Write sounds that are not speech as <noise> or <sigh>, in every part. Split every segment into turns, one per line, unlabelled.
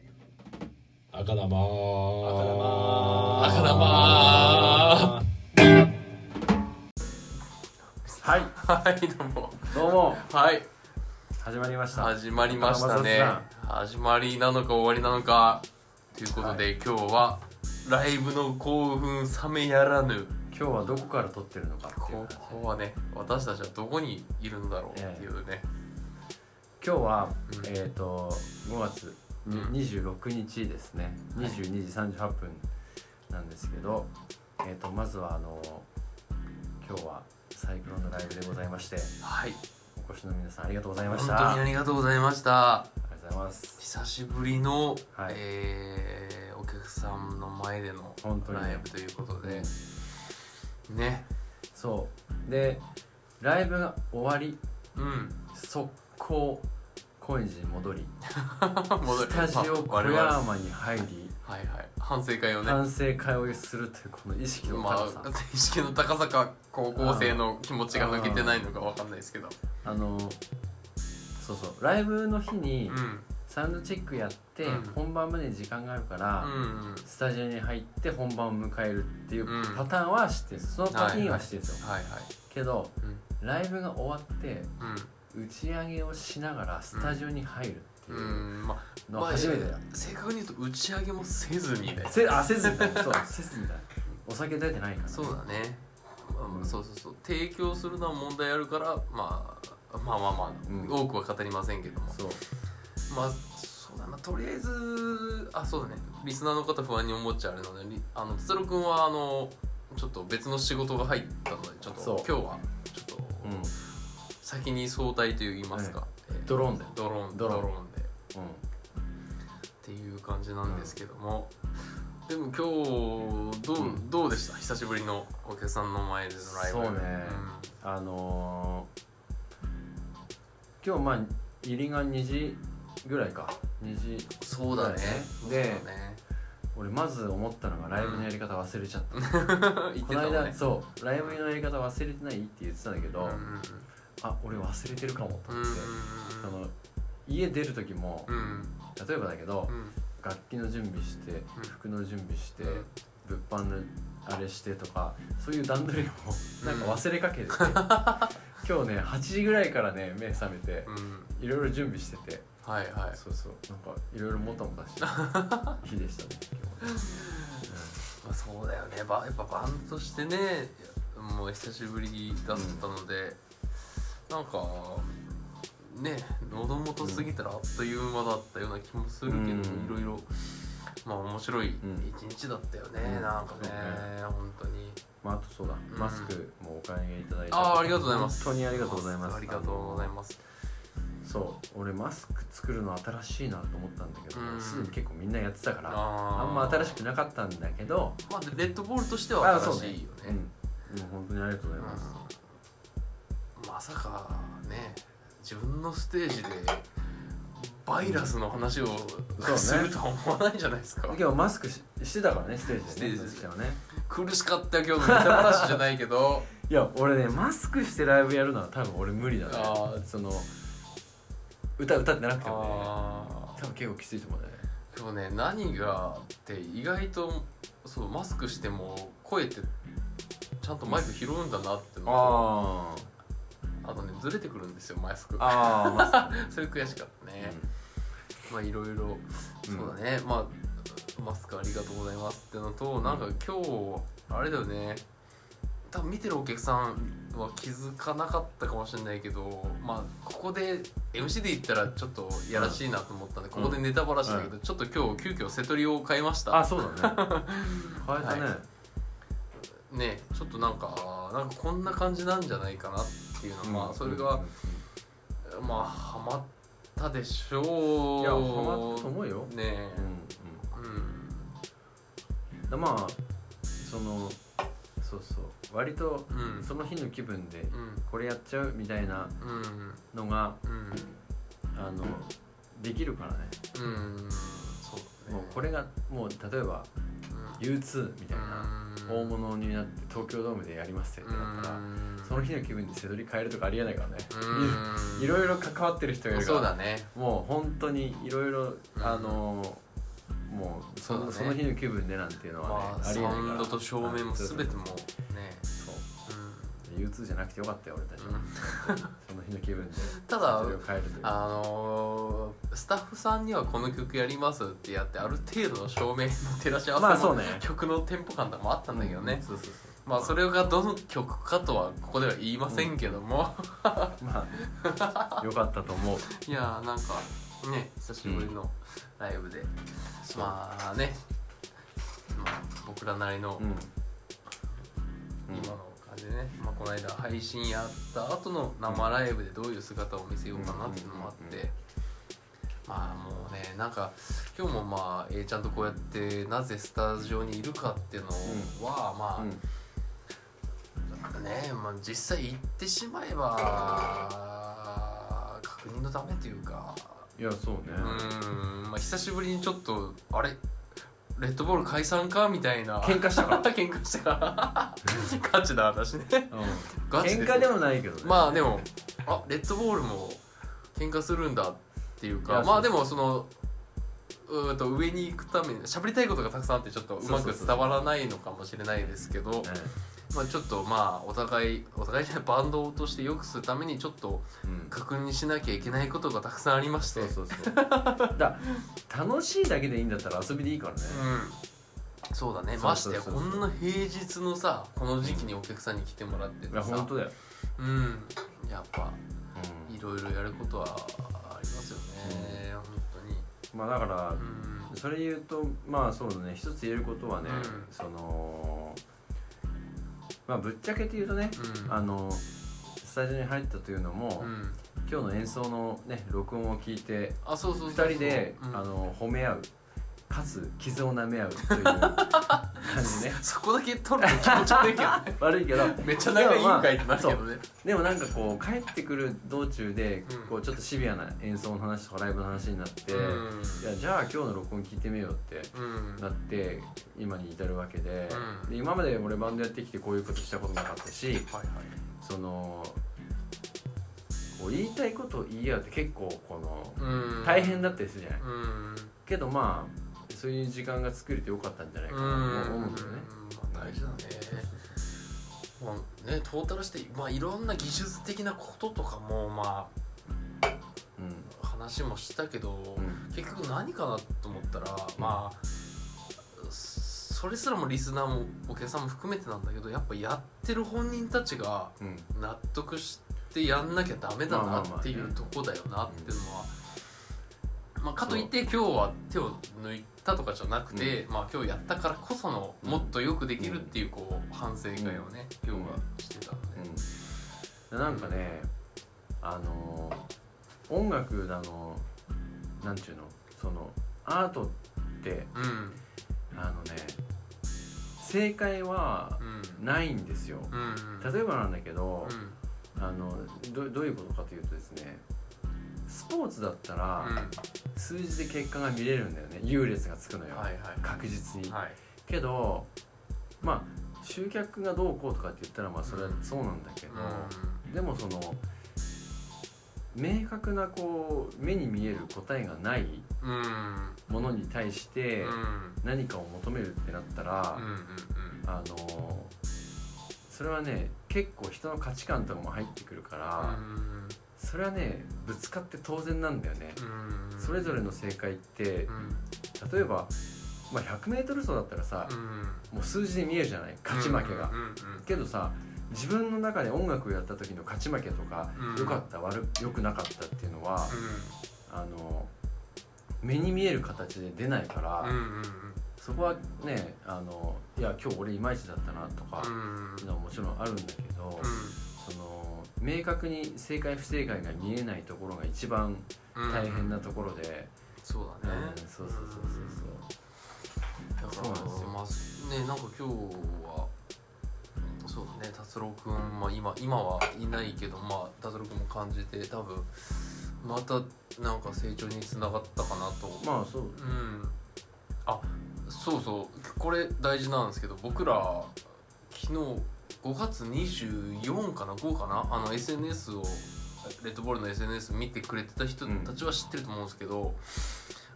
赤玉赤
玉
赤玉
は
は
い
いどうも
どうも
はい
始まりました
始まりましたね
赤
始まりなのか終わりなのかということで、今日はライブの興奮冷めやらぬ
今日はどこから撮ってるのかっていう
ここはね私たちはどこにいるんだろうっていうね、
今日は、
うん
えっ、と5月
う
に
ん
26日ですね22時38分なんですけど、えっ、とまずはあの今日はサイクロンのライブでございまして
はい
お越しの皆さんありがとうございま
本
し
当に
たあ
あ
りがと
りがとうございました
うございます
久しぶりの、
はい
えーお客さんの前での
本当にね
ライブということでね
そうでライブが終わり
うん <laughs>
速攻高円寺に戻り
戻
ス
る
タジオ
まあ
小
我々は
山に入り
いはい反省会をね
反省会をするというこの意識の
ま
高さ、
あ意識の高さか高校生の気持ちが抜けてないのかわかんないですけど
あのそうそうライブの日
う
に
んうん
サウンドチェックやって、
うん
本番までに時間があるから、
うん
スタジオに入って本番を迎えるっていう
うん
パターンは知ってるんですその時には知ってるんですよ、
はいはい
けど
うん
ライブが終わって打ち上げをしながらスタジオに入るって
うん
いう
うんまあ
のは初めてだ、
まあ正確に言うと打ち上げもせずにだよ
せあせずにだ
<laughs>
そうせずにだお酒出てないから
そうだねまあま
う
あ
ん
そうそうそう提供するのは問題あるからまあまあまあまあ、
うん
多くは語りませんけども
そう
まあそうだなとりあえずあそうだねリスナーの方不安に思っちゃうあれなのでりあの哲郎君はあのちょっと別の仕事が入ったのでちょっ
そう
と今日はちょっと
うん
先に相対といいますか、えー
ドローンで
ドローンド
ド
ロ
ロ
ー
ー
ン
ン
でっていう感じなんですけども、でも今日どう,、
うん
どうでした久しぶりのお客さんの前でのライブ
そうねあのー、今日まあ入りが2時ぐらいか2時
うんそうだね
で
そうだね
俺まず思ったのがライブのやり方忘れちゃっ
<laughs>
た、
言って
こ
た
の
もん
間、
ね
そうライブのやり方忘れてないって言ってたんだけど、あ俺忘れてるかもと
うん
思
う
って、
ん
その家出る時も、
うんうん
例えばだけど、
うん
楽器の準備して
うん
服の準備して、
うん
物販のあれしてとかそういう段取りもなんか忘れ
<laughs>
かけてて、今日ね8時ぐらいからね目覚めて
う、ん
いろいろ準備してて
はいはい
そうそうなんかいろいろもたもたして
<laughs>
日でしたね今日はね
まあ、そうだよねばやっぱバンドとしてねもう久しぶりだったので、なんかね喉元過ぎたらあっという間だったような気もするけど、
うん
いろいろまあ面白い
ん
一日だったよね、
うん
なんかね
そう
本当に
まああとそうだ、
ん
マスクもお買い上げいただいて
ああありがとうございます
本当にありがとうございます
ありがとうございます
すそう俺マスク作るの新しいなと思ったんだけど、
うん
すでに結構みんなやってたから
あ
あんま新しくなかったんだけど
まあでレッドボールとしては
あ
新
そう
し
ね
いよ
う
ね
んもう本当にありがとうございます、
うんまさかね自分のステージでバイラスの話を
そうね
するとは思わないじゃないですか、
今日はマスクししてたからねステー
ス
ジ
テ
でね
ージで
私はね
苦しかったよ今日のネタ話じゃないけ
<laughs>
ど
いや俺ねマスクしてライブやるのは多分俺無理だね
あー
その歌歌ってなくてもね
あ
多分結構きついと思うんだよね
ーでもね何がって意外とそうマスクしても声ってちゃんとマイク拾うんだなってのと
あ
あとねずれてくるんですよマスク
ああマスク
それ悔しかったね、
ね
まあいろいろ
うん
そうだね、まあマスクありがとうございますってのとなんか今日あれだよね多分見てるお客さんは気づかなかったかもしれないけどまあここで MC で言ったらちょっとやらしいなと思ったんで、ここでネタバラしだけど、
う
ちょっと今日急遽瀬戸りを変えました
あそうだね変えたね、
はねちょっとなんかなんかこんな感じなんじゃないかなっていうのは、まあそれが、まあハマったでしょう
いやハマったと思うよ、
ねえ
うんうん、だまあそのそうそう割と
うんうん
その日の気分で
うん
これやっちゃうみたいな
うん
のが
うん
あのできるからね
うんそうだね
もうこれがもう例えば
うん
U2 みたいな大
大
物になって東京ドームでやりますってなったらその日の気分で背取り変えるとかありえないからねいろいろ関わってる人がいるか
そう
ら
だね
もう本当にいろいろあのもうそ
そうだね
その日の気分でなんていうの
ま
はね
あ
あり
サ
えないから
ウンドと照明も全てもうね
そう U2 じゃなくてよかったよ俺たち
うんう
は
ん
その日の気分で
ただ
背取りを変えるという
あのースタッフさんにはこの曲やりますってやってある程度の照明の照らし合
ま
わ
あ
せ
そう
の
ね
曲のテンポ感とかもあったんだけどね、
そうそうそう
まあそれがどの曲かとはここでは言いませんけども、
まあよかったと思う
いやーなんかね久しぶりのライブで、
そう
まあね、まあ、僕らなりの
うんうん
今の感じでね、まあ、この間配信やった後の生ライブでどういう姿を見せようかなっていうのもあって、
うんうんうん
まあもうねなんか今日もまあ A ちゃんとこうやってなぜスタジオにいるかっていうのは、まあ、
うん
ねまあ、実際行ってしまえば確認のためというか
いやそうね
うーん、まあ、久しぶりにちょっとあれレッドボール解散かみたいな
喧嘩したから
<laughs> 喧嘩したからガチだ私ね
うん
ガチ
喧
す
嘩でもないけどね
まあでもあレッドボールも喧嘩するんだっていう
い
か
や
まあ
そ
で
うそ
もそのうーんと上に行くために喋りたいことがたくさんあってちょっとうまく
そうそうそう
伝わらないのかもしれないですけど
ね
まあ、ちょっとまあお互いお互いじゃないバンドとして良くするためにちょっと
うん
確認しなきゃいけないことがたくさんありまして
そうそうそうだ楽しいだけでいいんだったら遊びでいいからね
うん、そうだね
そう
まし
そう
て
そうそう
こんな平日のさこの時期にお客さんに来てもらって
い
て
や
さ
本当だよ
うんやっぱ
う
いろいろやることはありますよね、本当に
んまあだから
うん
それ言うとまあそうだね一つ言えることはね
うん
そのまあぶっちゃけて言うとね
うん
あのスタジオに入ったというのも
うん
今日の演奏のね録音を聞いて
あそうそうそうそう
2人で、
うん
あの褒め合うかつ傷を舐め合
<laughs>
うという感じね
そこだけ撮るの気持ち悪いけど
<laughs>
ね
悪いけど
めっちゃ仲いいんかいってなるけどね、
でもなんかこう帰ってくる道中で、
うん
こうちょっとシビアな演奏の話とかライブの話になって、
うん
いやじゃあ今日の録音聞いてみようって
うん
なって今に至るわけで,、
うん
で今まで俺バンドやってきてこういうことしたことなかったし
はいはい
そのこう言いたいことを言い合うって結構この
うん
大変だったりするじゃない、
うん
けどまあそういう時間が作れてよかったんじゃないかなと思うんだよね。
まあ大事だね。まあねトータルしてまあいろんな技術的なこととかもま
うん
あ話もしたけど、
うん
結局何かなと思ったらまあそれすらもリスナーもお客さんも含めてなんだけどやっぱやってる本人たちが
うん
納得してやんなきゃダメだ
ま
な
あまあまあ
っていうとこだよなっていうのは。まあ、かといって今日は手を抜いたとかじゃなくて、まあ、今日やったからこそのもっとよくできるっていうこう反省会をね、
うん
今日はしてたので、
うん、なんかねあのー音楽だのなんていうのそのアートって
うんうん
あのね正解は
うん
ないんですよ。
うん
例えばなんだけど、
うん
あのどどういうことかというとですねスポーツだったら数字で結果が見れるんだよね優劣がつくの
うん
よ、
はいは
確実に
い。はい
けどまあ集客がどうこうとかって言ったらまあそれはそうなんだけど、でもその明確なこう目に見える答えがない
うんうんうん
ものに対して
うん
何かを求めるってなったら、
うんうん
あのそれはね結構人の価値観とかも入ってくるから、それはねぶつかって当然なんだよね。
うん
それぞれの正解って
うん
例えば、まあ、100m 走だったらさ
う、ん
もう数字で見えるじゃない勝ち負けが。
うんうんうん
けどさ自分の中で音楽をやった時の勝ち負けとか
うん
良かった悪良くなかったっていうのは、
う
あの目に見える形で出ないから、
んうんうんうん
そこはねあのいや今日俺いまいちだったなとか
うん
いうのはもちろんあるんだけど、その明確に正解不正解が見えないところが一番
うん
大変なところで、
そう
う
だ
ん
ね、
そうそうそう
だから
そうなんですよ
まあねなんか今日はうんそうだね達郎くん、まあ、今今はいないけどまあ達郎くんも感じて多分またなんか成長につながったかなと
そうそうそうまあそう
うんあそうそうこれ大事なんですけど僕ら昨日5月24かな5かなあの SNS をレッドボールの SNS 見てくれてた人たちは知ってると思うんですけど、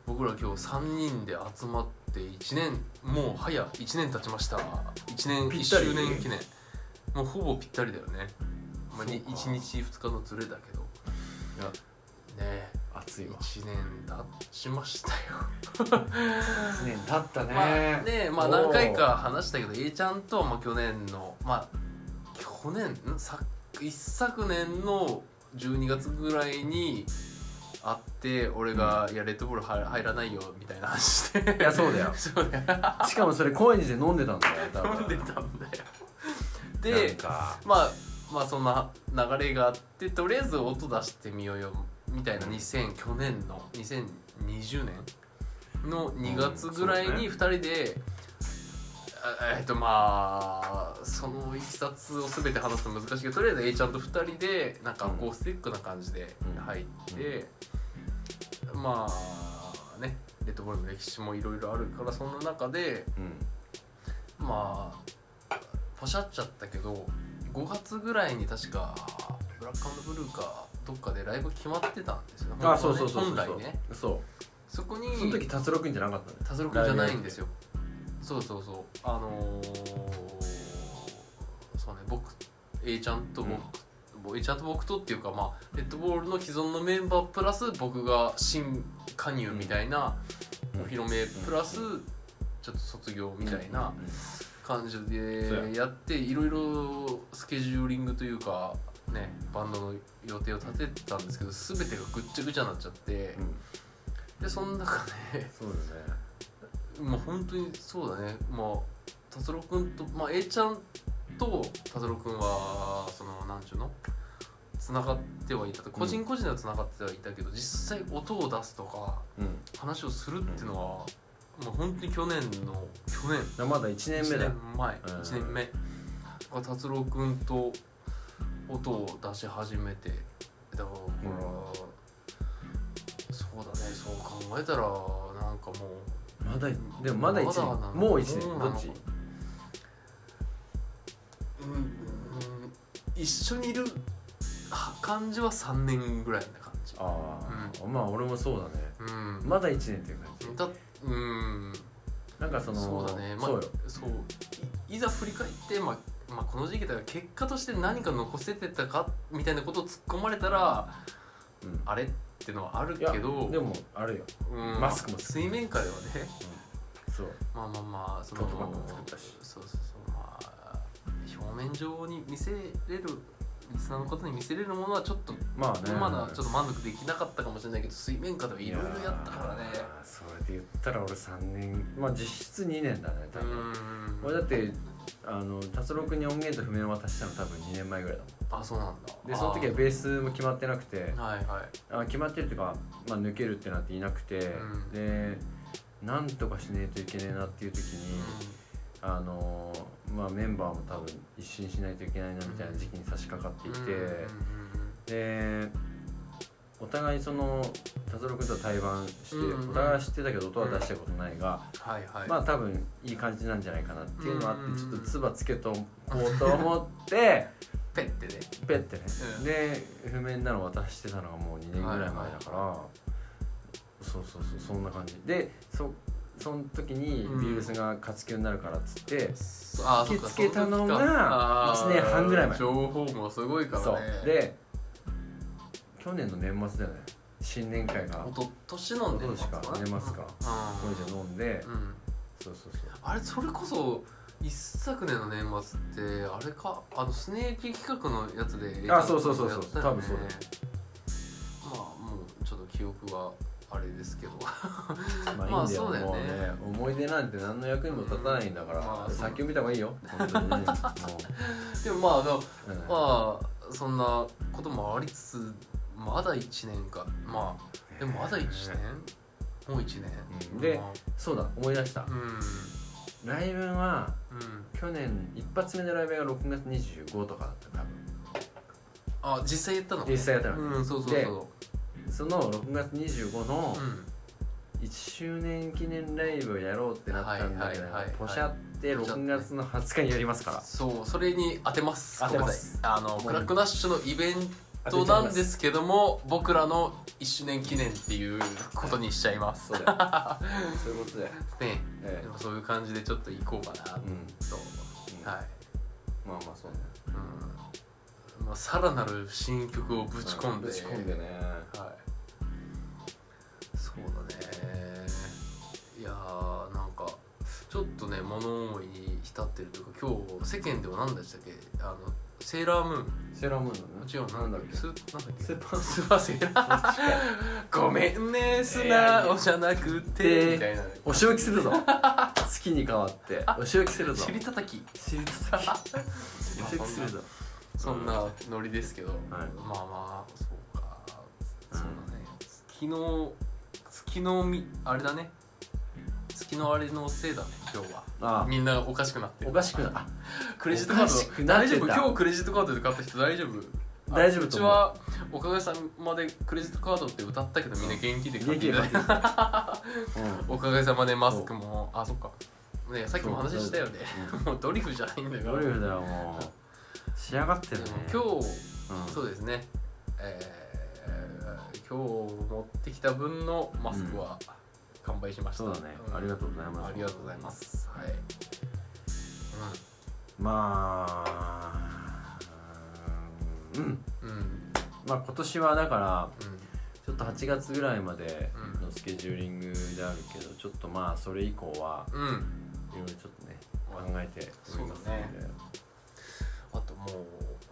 僕ら今日3人で集まって1年もう早1年経ちました1年
ぴ
1
ったり
周年記念もうほぼぴったりだよね、まあ、
そう
1
か
日2日のズレだけど
いや
ね
暑いわ
1年経ちましたよ
1年経ったね、
まあ、ねまあ
おー
何回か話したけど A ちゃんとはまあ去年のまあ去年ん昨一昨年の12月ぐらいに会って俺が「いやレッドボール入入らないよ」みたいな話して
いやそうだよ
<laughs> そうだよ
しかもそれ高円寺で飲んでたんだよ多分
飲んでたんだよ
で
でまあまあそんな流れがあってとりあえず音出してみようよみたいな2000去年の2020年の2月ぐらいに2人で、あえっとまあそのいきさつを全て話すの難しいけどとりあえず A ちゃんと2人でなんかこうスティックな感じで入って、まあねレッドボールの歴史もいろいろあるからその中で
うん
まあポシャっちゃったけど5月ぐらいに確かブラックアンドブルーかどっかでライブ決まってたんですよね
あそうそうそうそ
本
う
来ね
そ
そこに
うその時達郎くんじゃなかったね
達郎くんじゃないんですよそうそうそうあのー、そうね僕 A ちゃんと僕、A ちゃんと僕とっていうかまあレッドボールの既存のメンバープラス僕が新加入みたいな
うん
お披露目プラスちょっと卒業みたいな、感じ
そう
でやっていろいろスケジューリングというかねバンドの予定を立ててたんですけど全てがぐっちゃぐちゃになっちゃって
うん
でその中で
そうだ
<laughs>
ね
もう本当にそうだねまあ達郎くんと、まあ、A ちゃんと達郎くんはそのなんちゅうの繋がってはいたと個人個人では繋がってはいたけど、実際音を出すとか
うん
話をするっていうのは、もう本当に去年の去年
だまだ1年目だよ
1年前、
うん
1年目が達郎くんと音を出し始めてだから、
うん
そうだねそう考えたらなんかも
まだでもまだ1年
まだなの
もう1年
そうな
ど
の
っち
う、うん一緒にいるは感じは3年ぐらいな感じ
ああ、まあ俺もそうだね
うん
まだ1年っていう感じ
だうん
なんかその
そうだねまあ
そうよ
そういいざ振り返って、まあまあ、この時期だから結果として何か残せてたかみたいなことを突っ込まれたら
うん
あれってのはある
いや
けど
でもあるよ
うん
マスクも
水面下ではね
そう
まあまあまあその
トートバッグも作ったし
そうそうそうまあ表面上に見せれるリスナーのことに見せれるものはちょっと
まあね
まだちょっ
っ
と満足できなかったかもしれないけど水面下ではいろいろやったからね
それで言ったら俺3年まあ実質2年だね多
う
分
ん
俺だってあの達郎君に音源と譜面を渡したの多分2年前ぐらいだもん
あそうなんだ
でその時はベースも決まってなくて
あーはいはい
あ決まってるっていうか、まあ、抜けるってなっていなくて、
ん
でなんとかしねえといけねえなっていう時に、あのーまあ、メンバーも多分一新しないといけないなみたいな時期に差し掛かっていて、でお互いその達郎君とは対バンして、
うんうん
お互いは知ってたけど音は出したことないが、
はいはい
まあ多分いい感じなんじゃないかなっていうのはあって、
うんうんうん
ちょっと唾つけとこうと思
<laughs>
って。
ペッてね
ペってね、
うん
で譜面なの渡してたのがもう2年ぐらい前だから、そうそうそうそんな感じでそその時に
うん
ビールスが活休になるからっつって、
あ
引きつけたのが
そっか
一年半ぐらい前
情報もすごいからね
そうで去年の年末だよね新年会が
おと年の年末か
おととしか年末かこれじゃ飲んで、
うん、うん、
そうそうそう
あれそれこそ一昨年の年末ってあれかあのスネーキ企画のやつで
あそうそうそうそう
やったよ
多分そうだよ
まあもうちょっと記憶があれですけど <laughs>
ま
ま
あ
あ
いいんだよ,、
そうだよ
もう
ね
ね思い出なんて何の役にも立たないんだから、
うんまあそう
先を見た方がい
<laughs>
いよ本当にねも
でもまあでも
う、うん
まあそんなこともありつつまだ1年かまあでもまだ1年もう1
うん
年
で
まあ
そうだ思い出した
うん
ライブは
うん
去年一発目のライブが6月25とかだった多分
あ実際やったの
実際やったの、
うんそうそうそう
その6月25の
うん
1周年記念ライブをやろうってなったんだけど、
はいはいはいはい
ポシャって6月の20日にやりますから
そうそれに当てます
当てます
今回あのクラックナッシュのイベントなんですけども僕らの1周年記念っていうことにしちゃいます、
そう
<laughs>
だよそういうことで、
ね
え
でもそういう感じでちょっと行こうかな
えうん
と、
うん
はい、
まあまあそうね
うんまあ、さらなる新曲をぶち込んで、
ぶち込んでね
はい、そうだねいやーなんかちょっとね物思いに浸ってるというか今日世間では何でしたっけあのセーラームーン
セーラームーンだね
違う
なんだっけ
スなんだっけ
スーパー
スーパーセーラーごめんね素直じゃなくてみたいな
お仕置きするぞ好きに変わってお仕置きするぞ
尻叩き
知りたいお仕置きするぞ
そんなノリですけど、ま
はい
あまあそうかそうだね月の月のみあれだね月のあれのせいだね今日は
あ
みんなおかしくなって
あ
る
おかしくな
クレジットカ
おかし
ー
く
ド
なっ
大
て
丈
た
夫今日クレジットカードで買った人大丈夫
大丈夫
うち
と思う
はおかげさまでクレジットカードって歌ったけどみんな元気で買っ
元
て
気
い
で
ただいて
うん
おかげさまでマスクもあそっかねさっきも話したよね
う
もう <laughs> ドリフじゃないんだから
ドリフだよもう仕上がって
で
る
も
ね
今日
うん
そうですねえー今日持ってきた分のマスクは完売しました
そうだね
ん
ありがとうございます
ありがとうございますはい
まあうん
うんうん
まあ今年はだから
うん
ちょっと8月ぐらいまでのスケジューリングであるけどちょっとまあそれ以降は
うん
いろいろちょっとね考えておりますの
そう
で
あともう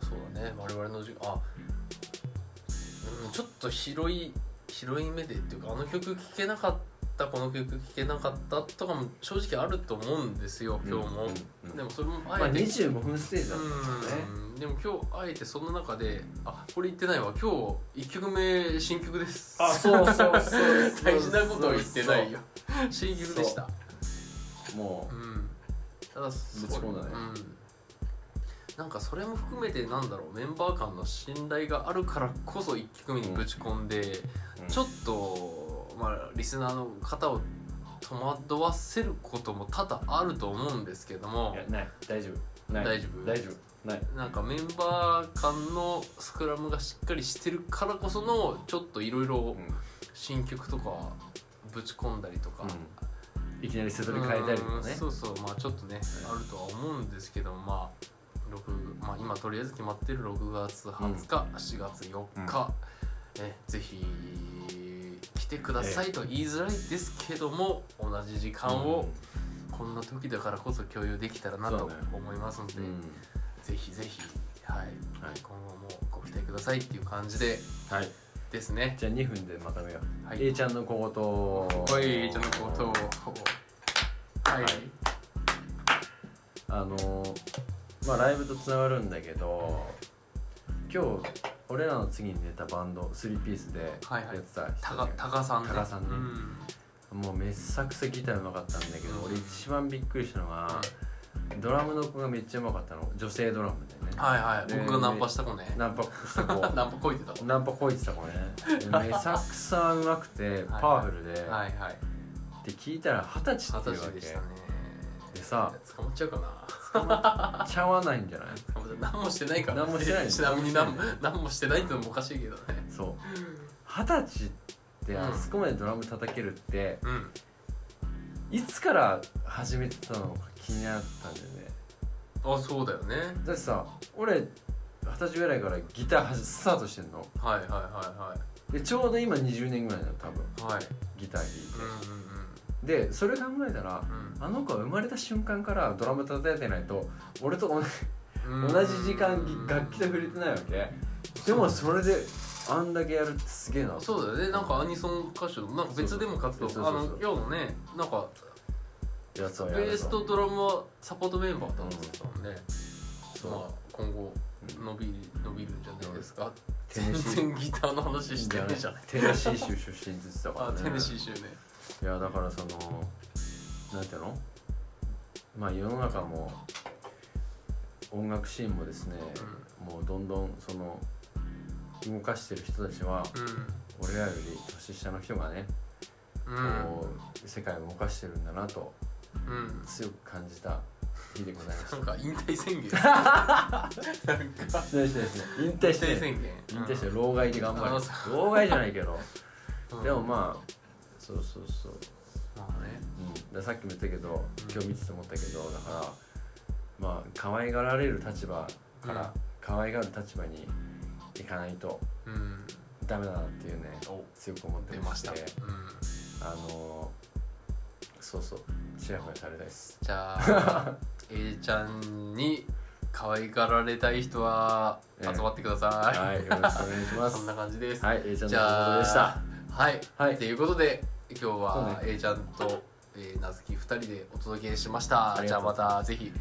そうだね我々の時間あうんちょっと広い広い目でっていうかあの曲聴けなかったこの曲聴けなかったとかも正直あると思うんですよ今日も、
うんうん
でもそれもあ
まあ
えて、
25分ステージだったんですよね
うんでも今日あえてその中であこれ言ってないわ今日1曲目新曲です
あそうそうそう
<laughs> 大事なことを言ってないよ新曲でした
も
う
うん
ただそ
ぶち込んだね
うん、なんかそれも含めてなんだろうメンバー間の信頼があるからこそ1曲目にぶち込んで、
うん
ちょっと、まあ、リスナーの方を戸惑わせることも多々あると思うんですけども
いやない大丈夫ない
大丈夫
大丈夫ない
なんかメンバー間のスクラムがしっかりしてるからこそのちょっといろいろ新曲とかぶち込んだりとか、
いきなりセトリ変えたりとか
う
ね
んそうそうまあちょっとね、あるとは思うんですけどまあ六まあ、今とりあえず決まってる6月20日、4月4日、えぜひ来てくださいと言いづらいですけども、同じ時間をこんな時だからこそ共有できたらな
そ
と
うだね
思いますので、
うん
ぜひぜひ、はい
はい
今後もご期待くださいっていう感じで
はい
ですね。
じゃあ2分でまとめよう
はい
A ちゃんの小言を
はい、ちょっと音を。はい。
あのーまあライブとつながるんだけど今日俺らの次に出たバンド3ピースでや
はいはい
ってた
た
人
か、
ね
たかさんね。
たかさんね
うん
もうめっさくせギターうまかったんだけど
うん
俺一番びっくりしたのがドラムの子がめっちゃうまかったの女性ドラムでね
はいはい、
で
僕がナンパした子ね。
ナンパした子
<laughs> ナンパこいてた子。
ナンパこいてた子ねでめさくさうまくてパワフルで、
はいはい。
って聞いたら二十歳
二
って
十
いうわ
歳
け
でしたね。
でさ
捕まっちゃうかな。
捕
<laughs>
まっちゃわないんじゃない
捕まっちゃう何もしてないから。
何もしてない
ちなみに何も、何もしてないってのもおかしいけどね。
そう二十歳ってあそこまでドラム叩けるって、
うん。
いつから始めてたのか気になったんだよね
あ、そうだよね。
だってさ俺二十歳ぐらいからギターはじスタートしてんの
はいはいは
でちょうど今20年ぐらいなの多分
いはい。はい。
ギター弾
うん
いてでそれ考えたら
うんうん
あの子は生まれた瞬間からドラム叩いてないと俺と同じ
うん。
同じ時間ぎ楽器と触れてないわけでもそれであんだけやるってすげえな
そうだよねなんかアニソン歌手なんか別でも活動
そうそうそうそう
あの今日のねなんか
やつは
ベ
やる
ースとドラムはサポートメンバーだったもんね、
そう
まあ今後
うん
伸び伸びるんじゃないですか、
テネシー
全然ギターの話してないじゃない
テネシー州出身って言ってたから、
あ
ね、
テネシー州ね
いやだからそのなんていうのまあ世の中も音楽シーンもですね、もうどんどんその動かしてる人たちは
うん
俺らより年下の人がね
うん
こう世界を動かしてるんだなと
うん
強く感じた日でございました
なんか引退宣言なん <laughs> か
失礼してですね引退
引
して
退
ね
宣言
引退して老害で頑張
あ
る
そ
老害じゃないけど
うん
でもまあそうそうそう
まあね
うん、だからさっきも言ったけど今日見てて思ったけどだからまあ可愛がられる立場から可愛がる立場にいかないと
うん
ダメだなっていうね
お
強く思って
出
ま
ま
し
してたうん
あのーそうそうチヤホヤされたいです
じゃ <laughs> あ A ちゃんに可愛がられたい人は集まってくださ
はいよろしくお願いし
い
ま
そん
す
な感じです
はい A ちゃん
じ
の仕
ゃ
事
あ
でした
はい、
はい
ということで今日
そ
は
う
A ちゃんと、えー、なずき2人でお届けしました
あり
じゃ
が
あ
とうご
また
ざいま
ぜひ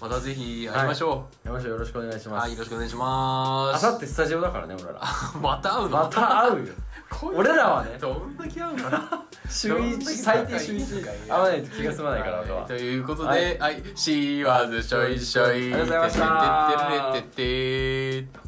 またぜひ会いましょ
山下よろしくお願いし
う、
ま
はい
す
よろしくお願いしま
あ
す
さってスタジオだからね俺ら
また会うの
また会
<laughs>
うよ
こいつ
俺らはね
どんだけ会うのかな
週一最低週一会わないと気が済まないから俺
は
はい
ということ
は
で
い
はい「シーワーズしょいしょい」
ありがとうございました
てってってってってって